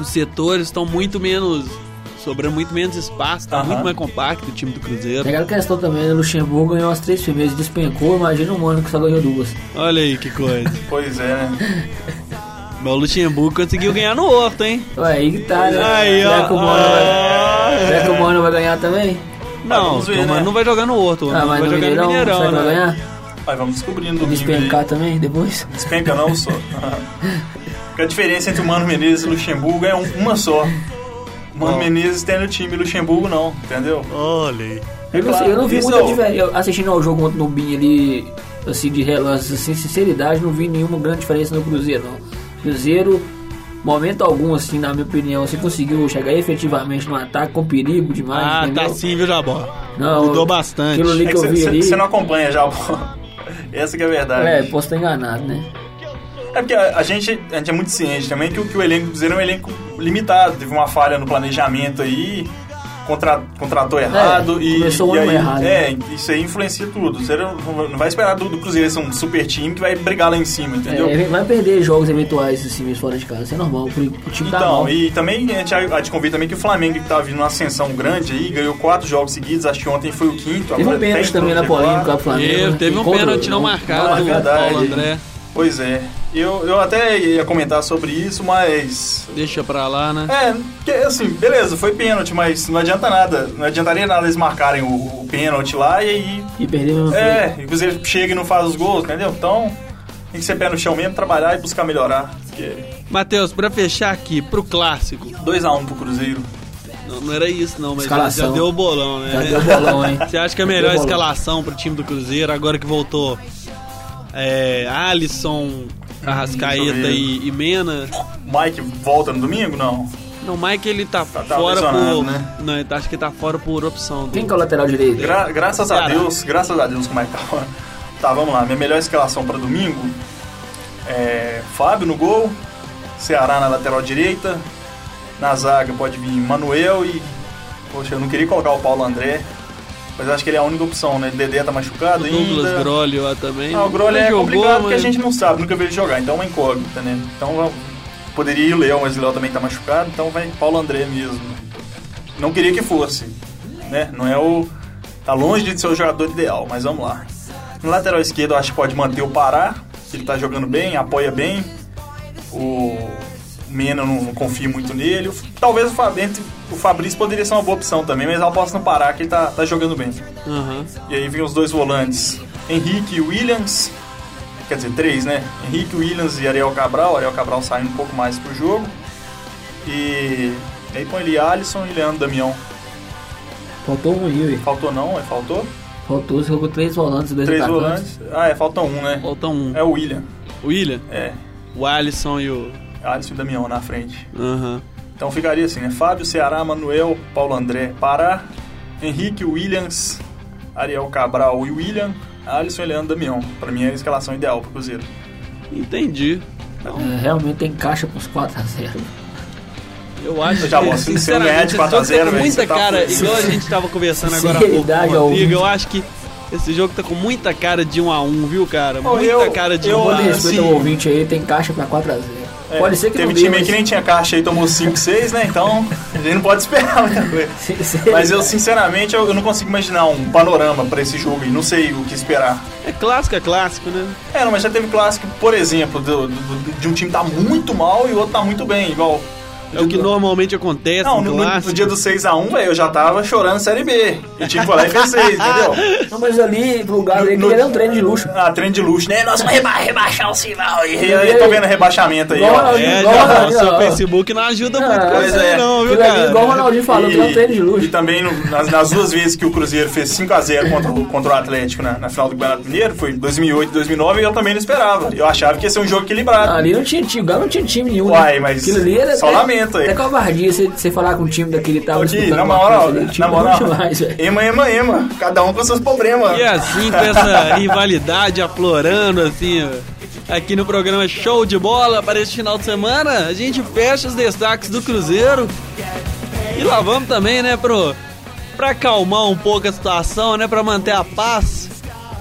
B: Os setores estão muito menos. Sobrando muito menos espaço, tá
C: Aham.
B: muito mais compacto o time do Cruzeiro.
D: Tem aquela questão também, né? Luxemburgo ganhou as três primeiras, despencou. Imagina um mano que só ganhou duas.
B: Olha aí que coisa.
C: Pois é, né?
B: Mas o Luxemburgo conseguiu ganhar no Horto, hein?
D: Ué, aí que tá, né?
B: Aí, ó. Ah, é.
D: Será que o Mano vai- será que o Mano vai ganhar também?
B: Não,
C: vamos ver,
B: o Mano
C: né?
B: não vai jogar no Horto, o
D: Ah,
B: Mano
D: mas
B: vai
D: no
B: jogar
D: Mineirão,
B: no Mineirão,
D: será que vai
B: né?
D: ganhar?
C: Aí vamos descobrindo domingo. aí.
D: Despencar também depois?
C: Despenca não só. Porque a diferença entre o Mano Menezes e o Luxemburgo é um- uma só. Mano Menezes tem no time Luxemburgo, não, entendeu?
F: Olha aí.
D: Eu não,
C: Claro,
D: eu não vi
C: isso
D: muita
C: eu-
D: diferença. Eu assistindo ao jogo contra o Nubinho ali, assim, de relance, assim, sinceridade, não vi nenhuma grande diferença no Cruzeiro, não. Cruzeiro, momento algum, assim, na minha opinião, se conseguiu chegar efetivamente no ataque com perigo demais,
B: Ah,
D: entendeu?
B: tá sim, viu, Jabó?
D: Não,
B: Mudou bastante.
D: Aquilo ali
C: É
D: que,
C: que
D: eu vi ali.
C: você não acompanha já, pô. Essa que é a verdade.
D: É, posso estar enganado, né?
C: É porque a, a gente, a gente é muito ciente também que o, que o elenco do Cruzeiro é um elenco limitado. Teve uma falha no planejamento aí, contra- contratou errado e.
D: É, começou o
C: e
D: ano
C: aí-
D: errado, né?
C: É, isso aí influencia tudo. O Cruzeiro não não vai esperar do, do Cruzeiro ser um super time que vai brigar lá em cima, entendeu?
D: É, vai perder jogos eventuais, assim, mesmo fora de casa. Isso é normal, pro, pro time tá
C: Então,
D: mal.
C: e também a gente, a gente convida também que o Flamengo que tá vindo uma ascensão grande aí, ganhou quatro jogos seguidos, acho que ontem foi o quinto.
D: Teve
C: agora
D: um pênalti
C: tem
D: também na
C: outro
D: polêmica com
C: regular.
D: o Flamengo.
B: Eu,
D: né?
B: teve um
D: Contra-
B: pênalti não marcado
C: não, é
B: do
C: verdade.
B: Paulo André.
C: Pois é. Eu, eu até ia comentar sobre isso, mas
B: Deixa pra lá, né?
C: É, porque assim, beleza, foi pênalti, mas não adianta nada. Não adiantaria nada eles marcarem o, o pênalti lá e aí.
D: E perdeu mesmo.
C: É, e o Cruzeiro chega e não faz os gols, entendeu? Então, tem que ser pé no chão mesmo, trabalhar e buscar melhorar. Porque
B: Matheus, pra fechar aqui, pro clássico.
C: 2x1 pro Cruzeiro.
B: Não, não era isso, não, mas já,
D: Escalação.
B: já deu o bolão, né?
D: um, Já deu bolão, hein?
B: Você acha que a melhor
D: Deu bolão.
B: escalação pro time do Cruzeiro, agora que voltou é, Alisson, Arrascaeta e, e Mena?
C: Mike volta no domingo? Não.
B: Não, o Mike ele tá,
C: tá
B: fora
C: lesionado,
B: por.
C: né?
B: Não, ele tá- acho que ele tá fora por opção. do-
D: Quem que é o lateral direito?
C: Gra- graças a
B: Cara.
C: Deus, graças a Deus, como é que tá agora? Tá, vamos lá. Minha melhor escalação pra domingo é Fábio no gol, Ceará na lateral direita, na zaga pode vir Manuel e. Poxa, eu não queria colocar o Paulo André, mas acho que ele é a única opção, né? Dedé tá machucado
B: Douglas
C: ainda.
B: Grolli lá também.
C: Ah, o Grolli
B: Ele
C: é
B: jogou,
C: complicado porque a
B: mas-
C: gente não sabe, nunca veio ele jogar, então é uma incógnita, né? Então vamos- poderia ir o Léo, mas o Léo também tá machucado, então vai Paulo André mesmo. Não queria que fosse, né? Não é o. Tá longe de ser o jogador ideal, mas vamos lá. No lateral esquerdo, eu acho que pode manter o Pará, que ele tá jogando bem, apoia bem. O Mena eu não, não confio muito nele. O- Talvez o Fabrício, o Fabrício poderia ser uma boa opção também, mas eu aposto no Pará que ele tá, tá jogando bem.
B: Aham.
C: E aí vem os dois volantes, Henrique e Williams. Quer dizer, três, né? Henrique, Williams e Ariel Cabral. Ariel Cabral saindo um pouco mais pro jogo. E aí põe ele Alisson e Leandro Damião.
D: Faltou um Yuri.
C: Faltou não, é faltou?
D: Faltou, você jogou três volantes, tá dois
C: Três
D: atacantes.
C: volantes. Ah, é, falta um, né?
B: Falta um.
C: É o William.
B: O William,
C: É,
B: o Alisson e o.
C: Alisson e Damião na frente.
B: Aham.
C: Então ficaria assim, né? Fábio, Ceará, Manuel, Paulo André, Pará, Henrique, Williams, Ariel Cabral e William, Alisson e Leandro Damião. Pra mim é a escalação ideal pro Cruzeiro.
B: Entendi.
D: É, realmente encaixa pros 4x0.
C: Ah,
B: Eu acho
C: Já,
B: que,
C: bom, se você não ganhar de
B: sinceramente,
C: 4 a 0,
B: esse jogo tá com
C: velho,
B: muita
C: você tá
B: cara,
C: fudido.
B: igual a gente tava conversando agora há pouco com
D: Sinceridade,
B: o Rodrigo,
D: ouvinte.
B: eu acho que esse jogo tá com muita cara de 1 a 1 viu, cara? Muita
C: eu-
B: cara de
C: eu
B: 1 a 1
D: Todo respeito ao
B: sim.
D: ouvinte aí, tem caixa pra 4x0.
C: É,
D: Pode ser que
C: Teve
D: não
C: time
D: dê,
C: aí que nem tinha caixa e tomou 5, 6, né? Então, a gente não pode esperar muita coisa.
D: mas...
C: Mas eu, sinceramente, eu eu não consigo imaginar um panorama pra esse jogo e não sei o que esperar.
B: É clássico, é clássico, né?
C: É, não, mas já teve clássico, por exemplo, do- do- de um time tá muito mal e o outro tá muito bem, igual.
B: É o que normalmente acontece
C: Não,
B: no
C: no, no-
B: Assim, clássico.
C: no dia do 6x1, velho, eu já tava chorando Série B. E o time foi lá e fez 6, entendeu?
D: Não, mas ali, pro Galo, ele
C: No-
D: queria um treino de luxo.
C: Ah, trem de luxo, né? Nós vamos reba- rebaixar o Sival. E aí, tô vendo rebaixamento aí, ó.
D: Igual-
B: É,
D: igual-
B: já, o seu
D: igual-
B: Facebook não ajuda
D: Não,
B: muito
C: pois
B: coisa
C: é.
B: não, viu,
D: Aquilo ali, igual o
B: cara?
D: Ronaldinho falou, que é um treino de
C: E
D: luxo.
C: também no- nas, nas duas vezes que o Cruzeiro fez 5x0 contra, o- contra o Atlético na, na final do Campeonato Mineiro, foi em 2008 e 2009, e eu também não esperava. Eu achava que ia ser um jogo equilibrado.
D: Ali não tinha time, o Galo não tinha time nenhum.
C: Uai,
D: né?
C: mas
D: Aquilo ali era
C: só
D: até,
C: lamento aí.
D: Até covardia você, você falar com um time daquele que tava
C: Aqui,
D: disputando
C: na
D: uma
C: moral,
D: coisa né? Tipo, ali, o time
C: na
D: era bom
C: moral,
D: demais, velho.
C: ema, ema, ema, cada um com seus problemas.
B: E assim, com essa rivalidade aflorando, assim, ó, aqui no programa Show de Bola para este final de semana, a gente fecha os destaques do Cruzeiro e lá vamos também, né, pro, pra acalmar um pouco a situação, né, pra manter a paz,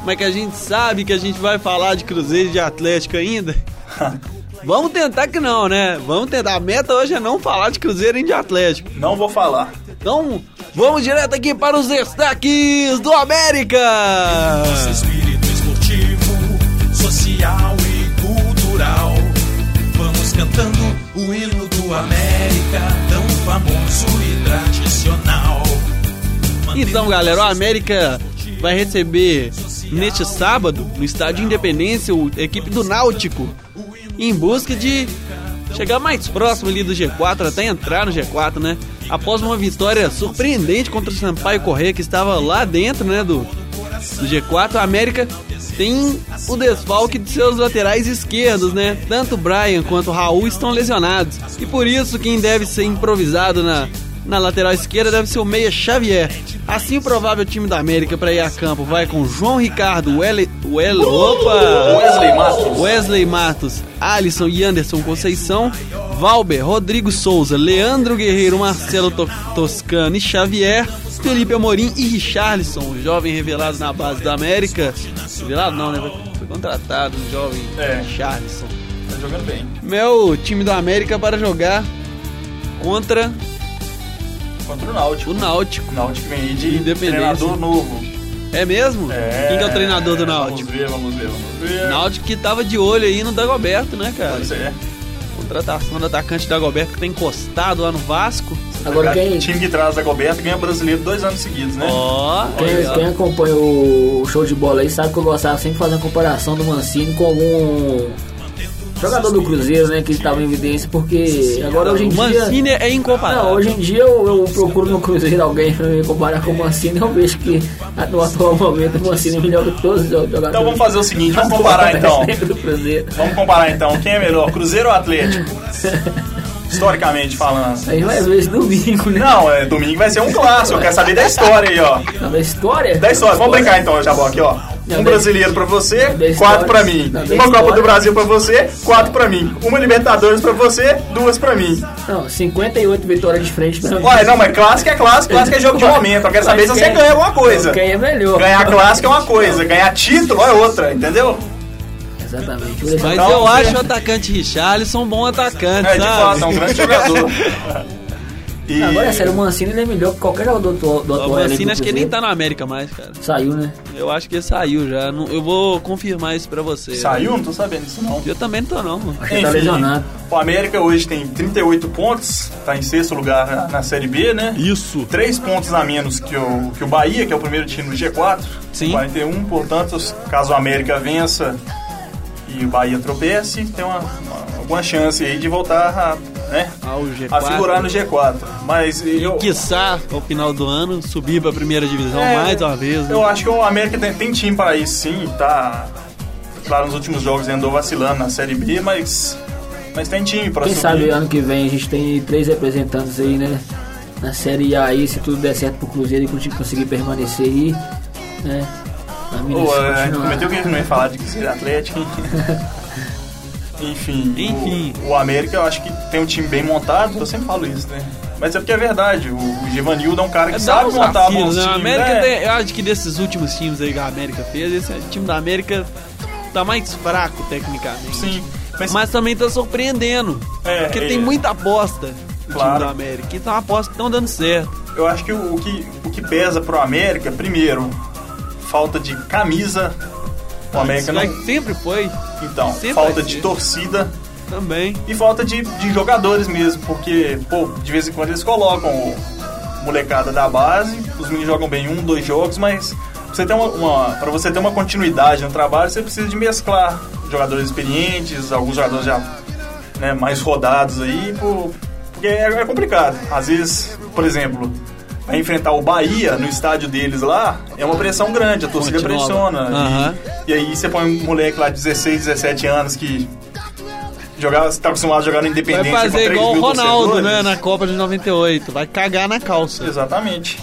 B: mas que a gente sabe que a gente vai falar de Cruzeiro e de Atlético ainda. Vamos tentar que não, né? Vamos tentar. A meta hoje é não falar de Cruzeiro e de Atlético.
C: Não vou falar.
B: Então, vamos direto aqui para os destaques do América!
G: espírito esportivo, social e cultural. Vamos cantando o hino do América, tão famoso e tradicional.
B: Então, galera, o América vai receber neste sábado, no estádio Independência, o- a equipe do Náutico, em busca de chegar mais próximo ali do G4, até entrar no G4, né? após uma vitória surpreendente contra o Sampaio Correia, que estava lá dentro né, do, do G4, a América tem o desfalque de seus laterais esquerdos, né? Tanto o Brian quanto o Raul estão lesionados. E por isso, quem deve ser improvisado na, na lateral esquerda deve ser o meia Xavier. Assim, o provável time da América para ir a campo vai com João Ricardo, Wele, Wele, opa!
C: Wesley Matos.
B: Wesley Matos, Alisson e Anderson Conceição, Valber, Rodrigo Souza, Leandro Guerreiro, Marcelo To- Toscano e Xavier, Felipe Amorim e Richarlison, um jovem revelado na base da América. Revelado não, né? Foi contratado o jovem
C: É.
B: Richarlison.
C: Tá jogando bem.
B: Meu time da América para jogar contra
C: Contra o Náutico.
B: o Náutico.
C: O Náutico vem aí de
B: Independência.
C: treinador novo.
B: É mesmo?
C: É.
B: Quem que é o treinador do Náutico?
C: Vamos ver, vamos ver, vamos ver.
B: Náutico que tava de olho aí no Dagoberto, né, cara?
C: Pois é.
B: Contratação do atacante Dagoberto que tá encostado lá no Vasco.
D: Agora quem,
C: O time que traz a Goberta ganha brasileiro dois anos seguidos, né?
B: Ó, aí,
D: Quem,
B: ó.
D: quem acompanha o show de bola aí sabe que eu gostava sempre de fazer uma comparação do Mancini com algum jogador do Cruzeiro, né? Que estava em evidência, porque agora hoje em
B: O
D: dia.
B: Mancini é incomparável.
D: Não, hoje em dia eu, eu procuro no Cruzeiro alguém pra me comparar com o Mancini eu vejo que no atual momento o Mancini é melhor do que todos os jogadores.
C: Então vamos fazer o seguinte, vamos comparar então.
D: Do Cruzeiro.
C: Vamos comparar então. Quem é melhor, Cruzeiro ou Atlético? Historicamente falando.
D: Aí vai ver esse domingo, né?
C: Não, é, domingo vai ser um clássico. Eu quero saber da história aí, ó.
D: Não, Da história?
C: Da história. Vamos brincar então, Jabó, aqui, ó.
D: da-
C: Um brasileiro pra você,
D: da
C: quatro
D: história.
C: pra mim.
D: Não, da
C: Uma Copa
D: história.
C: do Brasil pra você, quatro pra mim. Uma Libertadores pra você, duas pra mim.
D: Não, 58 vitórias de frente pra mim.
C: Olha, não, mas clássico é clássico, clássico é jogo de momento. Eu quero saber se
D: Mas
C: você
D: quem-
C: ganha alguma coisa.
D: Quem é melhor?
C: Ganhar clássico é uma coisa, ganhar título é outra, entendeu?
D: Exatamente.
B: Mas
C: Então,
B: eu
C: é.
B: acho o atacante Richarlison um bom atacante,
C: É, de fato, é um
B: sabe?
C: grande jogador. E...
D: Agora é sério, o Mancini ele é melhor que qualquer jogador do, do
B: O
D: atual elenco
B: Mancini
D: do
B: acho que ele nem
D: Cruzeiro.
B: tá na América mais, cara.
D: Saiu, né?
B: Eu acho que ele saiu já. Não- Eu vou confirmar isso pra você.
C: Saiu? Não tô sabendo disso não.
B: Eu também não tô, não. mano.
D: Acho que tá lesionado.
C: o América hoje tem 38 pontos, tá em sexto lugar na, na Série B, né?
B: Isso.
C: Três pontos a menos que o, que o Bahia, que é o primeiro time do G4.
B: Sim.
C: 41, portanto, caso o América vença e o Bahia tropece, tem uma, uma- alguma chance aí de voltar a, né,
B: Ah, o G4.
C: a figurar no G4. Mas eu,
B: Quiçá, ao final do ano, subir pra primeira divisão
C: É,
B: mais uma vez. né?
C: eu acho que o América tem, tem time para isso sim, tá. Claro, nos últimos jogos ele andou vacilando na Série B, mas. Mas tem time para
D: Quem
C: subir.
D: sabe ano que vem a gente tem três representantes aí, né? Na Série A aí, se tudo der certo pro Cruzeiro e o time conseguir permanecer aí, né? A menina
C: Pô, é,
B: né?
C: a gente
D: continuar.
C: prometeu que a gente não ia falar de ser Atlético. hein? Enfim,
B: Enfim.
C: O, o América eu acho que tem um time bem montado, eu sempre falo isso, né? Mas é porque é verdade, o, o Givanildo é um cara que
B: É, dá
C: sabe
B: uns
C: montar
B: vacilos,
C: bons
B: né?
C: times.
B: A América
C: né?
B: tem- eu acho que desses últimos times aí que a América fez, esse é time da América tá mais fraco tecnicamente.
C: Sim, mas,
B: Mas também tá surpreendendo.
C: É,
B: porque
C: é.
B: tem muita aposta no time
C: Claro.
B: da América. Então aposta que estão dando certo.
C: eu acho que o, o que o que pesa pro América, primeiro, falta de camisa. O América
B: Isso
C: não.
B: vai- Sempre foi
C: Então,
B: sempre
C: falta
B: vai
C: de
B: ser.
C: torcida
B: também.
C: e falta de, de jogadores mesmo, porque, pô, de vez em quando eles colocam o molecada da base, os meninos jogam bem um, dois jogos, mas pra você ter uma, uma, pra você ter uma continuidade no trabalho, você precisa de mesclar jogadores experientes, alguns jogadores já né, mais rodados aí, pô, porque é, é complicado. Às vezes, por exemplo, vai enfrentar o Bahia no estádio deles lá, é uma pressão grande, a torcida
B: Fonte Nova.
C: pressiona. e-
B: Aham.
C: e aí você põe um moleque lá de 16, 17 anos que jogava, tá acostumado a jogar no
B: Vai
C: Independência com
B: fazer
C: 3
B: igual o
C: mil
B: Ronaldo,
C: torcedores.
B: né? Na Copa de 98. Vai cagar na calça.
C: Exatamente.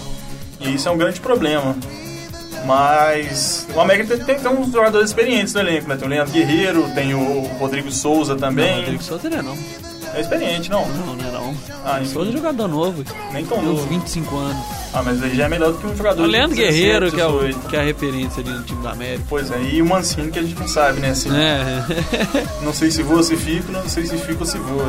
C: E isso é um grande problema. Mas o América tem, tem, tem uns jogadores experientes no elenco, né? Tem o Leandro Guerreiro, tem o Rodrigo Souza também.
B: Rodrigo Souza não é não.
C: É experiente, não.
B: Não, não é não.
C: Ah, enfim,
B: Souza é um jogador novo.
C: nem tão
B: Tem uns
C: novo.
B: 25 anos.
C: Ah, mas ele já é melhor do que um jogador
B: O Leandro
C: de 17,
B: Guerreiro, que é, o-
C: 18.
B: que é a referência ali no time da América.
C: Pois é, e o Mancini que a gente não sabe, né? Assim,
B: É.
C: Não sei se voa ou se fica, não sei se fica ou se voa.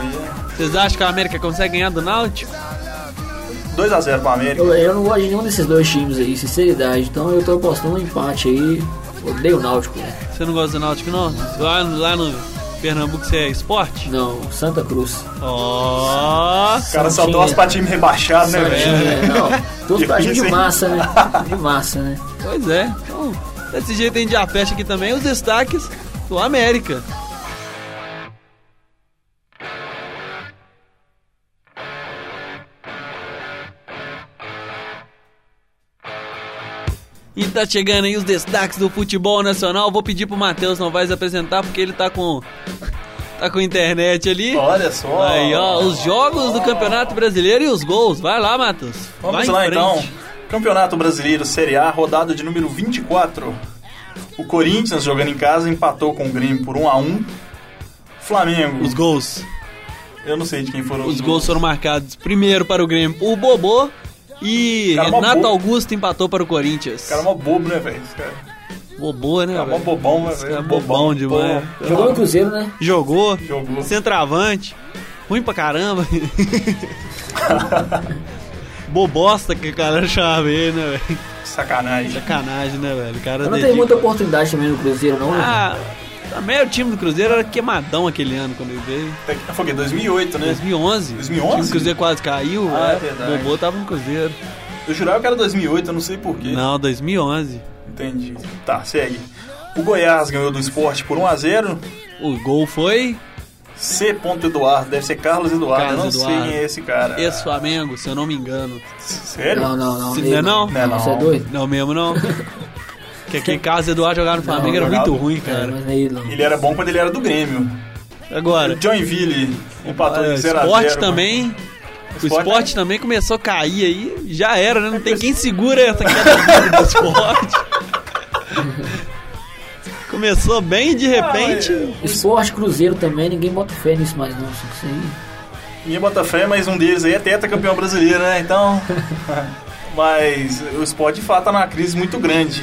C: E
B: Vocês acham que a América consegue ganhar do Náutico?
C: é 2x0 pro América.
D: Eu, eu não gosto de nenhum desses dois times aí, sinceridade. Então eu tô apostando um empate aí. Odeio o Náutico, né?
B: Você não gosta do Náutico, não? Lá, lá no Pernambuco você é esporte?
D: Não, Santa Cruz.
B: Ó.
C: O cara só
D: Santinha.
C: torce pra time rebaixado, né, velho?
D: É, não, tudo pra gente de massa, né? De massa, né?
B: Pois é. Então, desse jeito a gente já fecha aqui também os destaques do América. E tá chegando aí os destaques do futebol nacional. Vou pedir pro Matheus Novaes apresentar, porque ele tá com. tá com internet ali.
C: Olha só.
B: Aí, ó, os jogos do Campeonato Brasileiro e os gols. Vai lá, Matheus.
C: Vamos
B: Vai em
C: lá
B: frente.
C: então. Campeonato Brasileiro Série A, rodada de número 24. O Corinthians, jogando em casa, empatou com o Grêmio por 1 a 1 Flamengo,
B: Os gols.
C: eu não sei de quem foram
B: Os gols foram marcados primeiro para o Grêmio o Bobô e
C: Cara, uma
B: Renato
C: bo-
B: Augusto empatou para o Corinthians.
C: O cara é mó bobo, né, velho? Esse cara
B: Bobô, né?
C: é mó
B: velho?
C: bobão, né,
B: Esse
C: velho?
B: cara é bobão demais.
C: pô.
D: Jogou no Cruzeiro, né?
B: Jogou,
C: Jogou.
B: centroavante, ruim pra caramba. Bobosta que o cara chama ele, né, velho?
C: Sacanagem.
B: Sacanagem, né, velho? O cara
D: Mas não
B: dedica-
D: teve muita oportunidade também no Cruzeiro, não. né?
B: Ah, também o time do Cruzeiro era queimadão aquele ano quando ele veio.
C: Foi o quê? 2008, né?
B: 2011.
C: 2011?
B: O time do Cruzeiro quase caiu.
C: Ah, é
B: né?
C: verdade.
B: O Bobô tava no Cruzeiro.
C: Eu jurava que era 2008, eu não sei porquê.
B: Não, 2011.
C: Entendi. Tá, segue. O Goiás ganhou do esporte por 1x0.
B: O gol foi
C: C. Eduardo, deve ser Carlos Eduardo, eu não
B: Carlos Eduardo.
C: sei quem é esse cara.
B: ex-Flamengo, se eu não me engano.
C: Sério?
D: Não, não, não.
B: Se-
D: nego.
B: não?
D: Não,
C: Não.
D: você é doido?
B: Não mesmo, não. Porque aqui em casa, Eduardo jogar no Flamengo era
C: jogava-
B: muito ruim,
D: É,
B: cara.
D: mas não é ídolo, não.
C: Ele era bom quando ele era do Grêmio.
B: Agora,
C: Joinville um empatou
B: o
C: em 0 a 0
B: Ah, esporte
C: É. mano.
B: também... O
C: Esporte- é-
B: esporte também começou a cair aí, já era, né? Não tem quem segura essa queda livre do esporte. Começou bem de repente.
C: Ah,
D: Esporte, Cruzeiro também, ninguém bota fé nisso mais, não. Isso aí.
C: Ninguém bota fé, mas um deles aí é tetracampeão brasileiro, né? Então. mas o esporte de fato tá numa crise muito grande.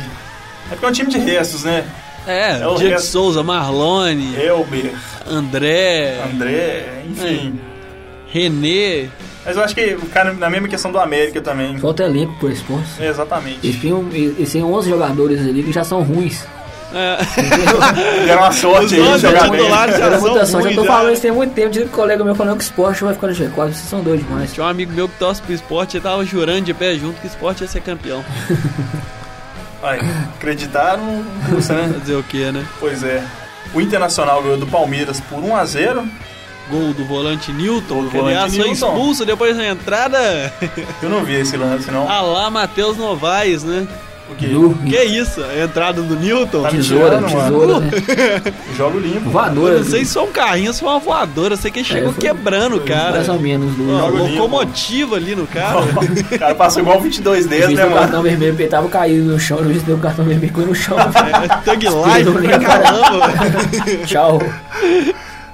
C: É porque é um time de restos, né?
B: É,
C: É o
B: Diego
C: resto. É.
B: Souza, Marlone,
C: Elber,
B: André,
C: Ah. André, enfim.
B: Renê.
C: Mas eu acho que o cara na mesma questão do América também.
D: Falta elenco pro esporte.
C: É, Exatamente.
D: Eles têm, um- eles têm 11 jogadores ali que já são ruins.
B: É,
C: Era uma
B: os
C: sorte aí de
B: nomes
C: jogar bem.
B: titulares já
D: Era muita
B: são
D: sorte. Eu
B: ruins,
D: tô
B: né?
D: falando isso tem muito tempo. Tive um colega meu falando que o esporte vai ficar no G4. Vocês são doidos demais.
B: Tinha um amigo meu que torce pro esporte, ele tava jurando de pé junto que o esporte ia ser campeão.
C: Aí, acreditaram, não custa, né?
B: Fazer o que, né?
C: Pois é. O Internacional ganhou do Palmeiras por 1x0.
B: Gol do volante Newton,
C: do
B: que aliás
C: volante
B: foi
C: Newton.
B: expulso depois da entrada.
C: Eu não vi esse lance, não.
B: Ah lá, Matheus Novaes, né?
C: Porque
D: Nu,
B: Que isso, a entrada do Newton.
C: Hum. Tá me
D: tesoura,
C: tirando, mano.
D: tesoura, né?
C: Jogo limpo.
D: Voadora. né?
B: Eu não sei se foi um carrinho, se foi uma voadora. Eu sei
C: É,
B: que ele chegou
D: foi-
B: quebrando o cara.
D: Mais ou menos. Do,
B: Uma
C: Jogo limpo.
B: locomotiva ali no cara.
C: O cara passou igual 22
D: o
C: dedos,
D: juiz
C: né,
D: deu
C: mano?
D: cartão vermelho, porque ele tava caído no chão. O juiz deu cartão vermelho, caiu no chão.
B: É, Thug life pra caramba.
D: Tchau.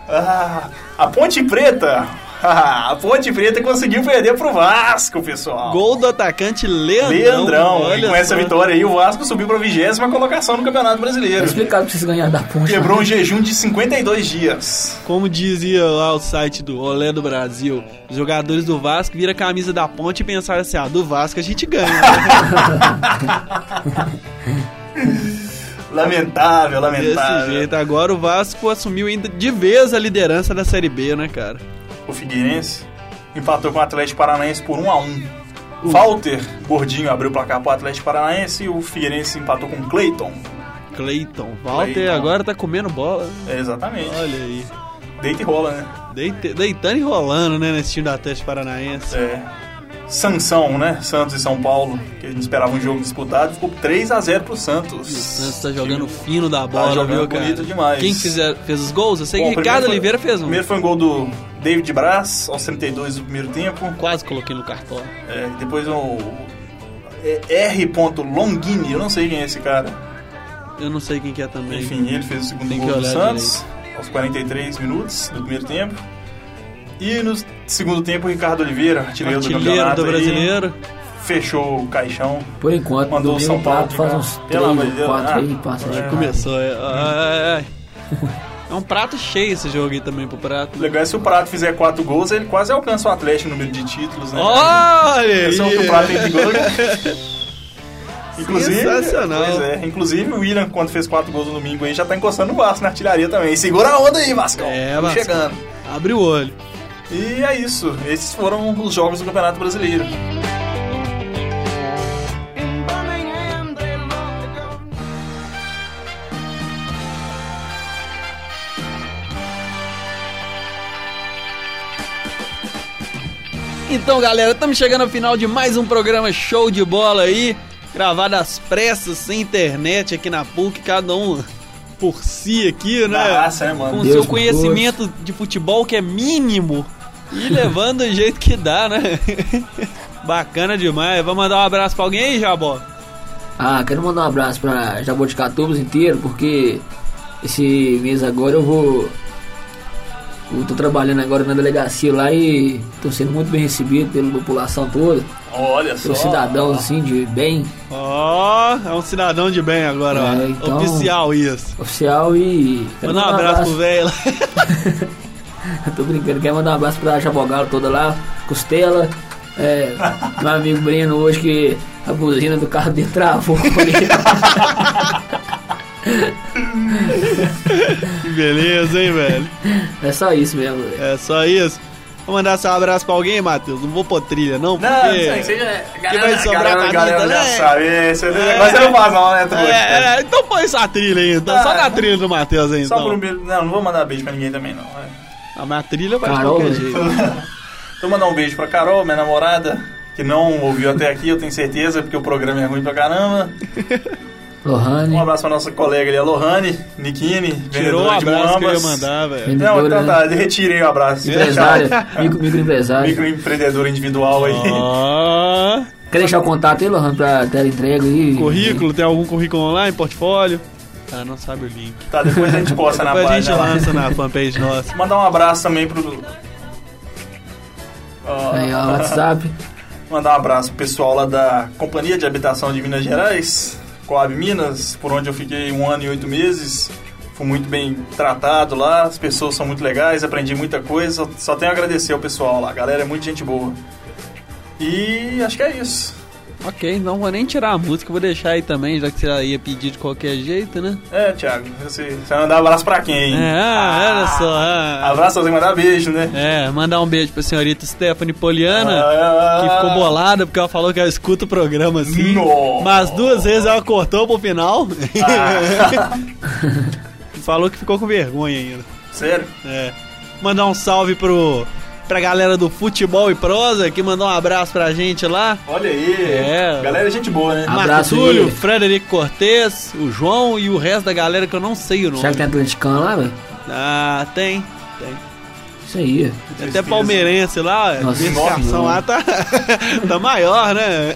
C: Ah, a Ponte Preta. Ah, a Ponte Preta conseguiu perder pro Vasco, pessoal.
B: Gol do atacante Leandrão.
C: Leandrão.
B: Olha
C: e com essa
B: só.
C: vitória aí, o Vasco subiu pra vigésima colocação no Campeonato
D: Tá
C: Brasileiro.
D: explicado pra vocês ganhar da ponte.
C: Quebrou um
D: né?
C: jejum de 52 dias.
B: Como dizia lá o site do Olé do Brasil, os jogadores do Vasco viram a camisa da ponte e pensaram assim, ah, do Vasco a gente ganha.
C: Lamentável, lamentável.
B: Desse jeito. Agora o Vasco assumiu ainda de vez a liderança da Série B, né, cara?
C: O Figueirense empatou com o Atlético Paranaense por 1 a 1 Walter Gordinho abriu o placar para o Atlético Paranaense e o Figueirense empatou com o Cleiton.
B: Cleiton. Walter
C: Cleiton.
B: agora tá comendo bola.
C: É, exatamente.
B: Olha aí.
C: Deita e rola, né?
B: Deite- deitando e rolando, né, nesse time da Atlético Paranaense.
C: É. Sansão, né? Santos e São Paulo, que a gente esperava um jogo disputado, ficou 3 a 0 pro Santos.
B: O Santos tá jogando fino da bola,
C: jogando
B: viu, cara?
C: bonito demais.
B: Quem fizer, fez os gols? Eu sei
C: Bom, o
B: que
C: primeiro
B: Ricardo
C: foi-
B: Oliveira fez
C: O
B: um.
C: primeiro foi um gol do David Braz, aos 32 do primeiro tempo.
B: Quase coloquei no cartão.
C: É, depois o é, R. Longini, eu não sei quem é esse cara.
B: Eu não sei quem que é também.
C: Enfim, ele fez o segundo
B: Tem que
C: gol do
B: olhar
C: Santos, aos 43 minutos do primeiro tempo. E no segundo tempo, o Ricardo Oliveira, artilheiro, é do
B: Artilheiro
C: campeonato,
B: do
C: aí,
B: brasileiro.
C: fechou o caixão.
D: Por enquanto,
C: Mandou o
D: domingo
C: São Paulo
D: empate, faz
C: de
D: uns
C: cara.
D: 3
C: Pelo amor de Deus,
D: ou 4 aí
C: ah,
D: e passa.
C: é.
B: Começou, é. Ai, ai, ai. É um prato cheio esse jogo aí também pro prato.
C: O legal é se o Prato fizer quatro gols, ele quase alcança o Atlético no número de títulos, né?
B: Olha!
C: Esse é o que o
B: aí.
C: Prato tem de gol. Inclusive,
B: Sensacional.
C: Pois é, inclusive o William, quando fez quatro gols no domingo aí, já tá encostando o Vasco na artilharia também. Segura a onda aí, Vascão.
B: É,
C: Tamo
B: Vasco.
C: chegando.
B: Abre o olho.
C: E é isso. Esses foram os jogos do Campeonato Brasileiro.
B: É.
H: Então, galera, estamos chegando ao final de mais um programa show de bola aí.
B: gravado às pressas, sem internet aqui na PUC, cada um por si aqui, né?
C: Na raça, né, mano?
B: Com o
D: Ah, Deus
B: seu
D: por
B: conhecimento de futebol que é mínimo e levando do jeito que dá, né? Bacana demais. Vamos mandar um abraço pra alguém aí, Jabó?
D: Ah, quero mandar um abraço pra Jaboticatubas inteiro, porque esse mês agora eu vou. Eu tô trabalhando agora na delegacia lá e tô sendo muito bem recebido pela população toda,
C: Olha só.
D: pelos cidadãos assim de bem
B: Ó, é um cidadão de bem agora, ó.
D: É, então-
B: Oficial isso.
D: oficial e. quero
B: Manda um abraço pro velho lá.
D: Tô brincando, quero mandar um abraço pra Jabogalo toda lá, Costela, é, meu amigo Breno hoje que a buzina do carro dele travou.
B: Que beleza, hein, velho?
D: é só isso mesmo. velho.
B: É só isso. Vou mandar só um abraço pra alguém, Matheus. Não vou pôr trilha, não, porque...
C: Não, isso aí é.
B: Que vai sobrar pra mim,
C: galera
B: tá
C: já
B: né?
C: sabe. Esse é negócio não faz não, né, Truco?
B: É, é, então põe só a trilha aí, então.
C: Ah,
B: só na trilha do Matheus aí,
C: Só
B: então.
C: por um beijo. Não, não vou mandar beijo pra ninguém também, não. é.
B: Ah, mas a trilha vai
D: Carol,
B: de qualquer
D: velho.
B: jeito.
C: Então mandar um beijo pra Carol, minha namorada, que não ouviu até aqui, eu tenho certeza, porque o programa é ruim pra caramba.
D: Lohane,
C: Um abraço pra nossa colega ali, a Lohane, Nikini,
B: Tirou o
C: vendedora né? de
B: um abraço que eu ia
C: muambas.
B: mandar, velho.
C: Não, então
D: vendedora,
C: tá, retirei o abraço.
D: empresária, micro, microempresária.
C: Microempreendedor individual aí.
B: Ó,
D: Quer deixar o contato aí, Lohan, pra tela entrega aí?
B: currículo, tem algum currículo online, portfólio? Ah, não sabe o link.
C: Tá, depois a gente posta na
B: Depois a gente
C: página. lá.
B: lança na fanpage nossa.
C: Mandar um abraço também pro. Ó,
D: Aí, ó, WhatsApp.
C: Mandar um abraço pro pessoal lá da Companhia de Habitação de Minas Gerais, Coab Minas, por onde eu fiquei um ano e oito meses. Fui muito bem tratado lá, as pessoas são muito legais, aprendi muita coisa. Só tenho a agradecer ao pessoal lá, a galera é muito gente boa. E acho que é isso.
B: Ok, não vou nem tirar a música, vou deixar aí também, já que você ia pedir de qualquer jeito, né?
C: É, Thiago, você, você vai mandar um abraço pra quem?
B: É, ah, olha só. ah.
C: Abraço, você mandar beijo, né?
B: É, mandar um beijo pra senhorita Stephanie Poliana,
C: Ah,
B: É, né? que ficou bolada porque ela falou que ela escuta o programa assim.
C: Nossa.
B: Mas duas vezes ela cortou pro final.
C: Ah,
B: falou que ficou com vergonha ainda.
C: sério?
B: É. Mandar um salve pro, pra galera do Futebol e Prosa, que mandou um abraço pra gente lá.
C: Olha aí.
B: É.
C: Galera, é gente boa, né?
B: Marco
D: Abraço,
B: Túlio,
D: Willian.
B: Frederico Cortez, o João e o resto da galera que eu não sei o nome.
D: Será que é- tem atleticano lá, velho?
B: Ah, tem.
D: Isso aí.
B: Tem Até palmeirense lá, a
D: Nossa,
B: classificação
D: enorme,
B: lá tá, tá maior, né?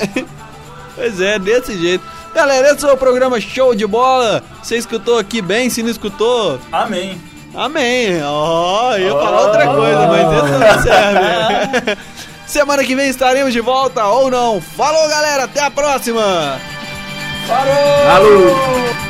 B: Pois é, desse jeito. Galera, esse foi o programa Show de Bola. Você escutou aqui bem? Se não escutou,
C: Amém.
B: amém. Ó, eu ia falar outra coisa, mas isso não serve. Semana que vem estaremos de volta ou não. Falou, galera. Até a próxima.
D: Alô!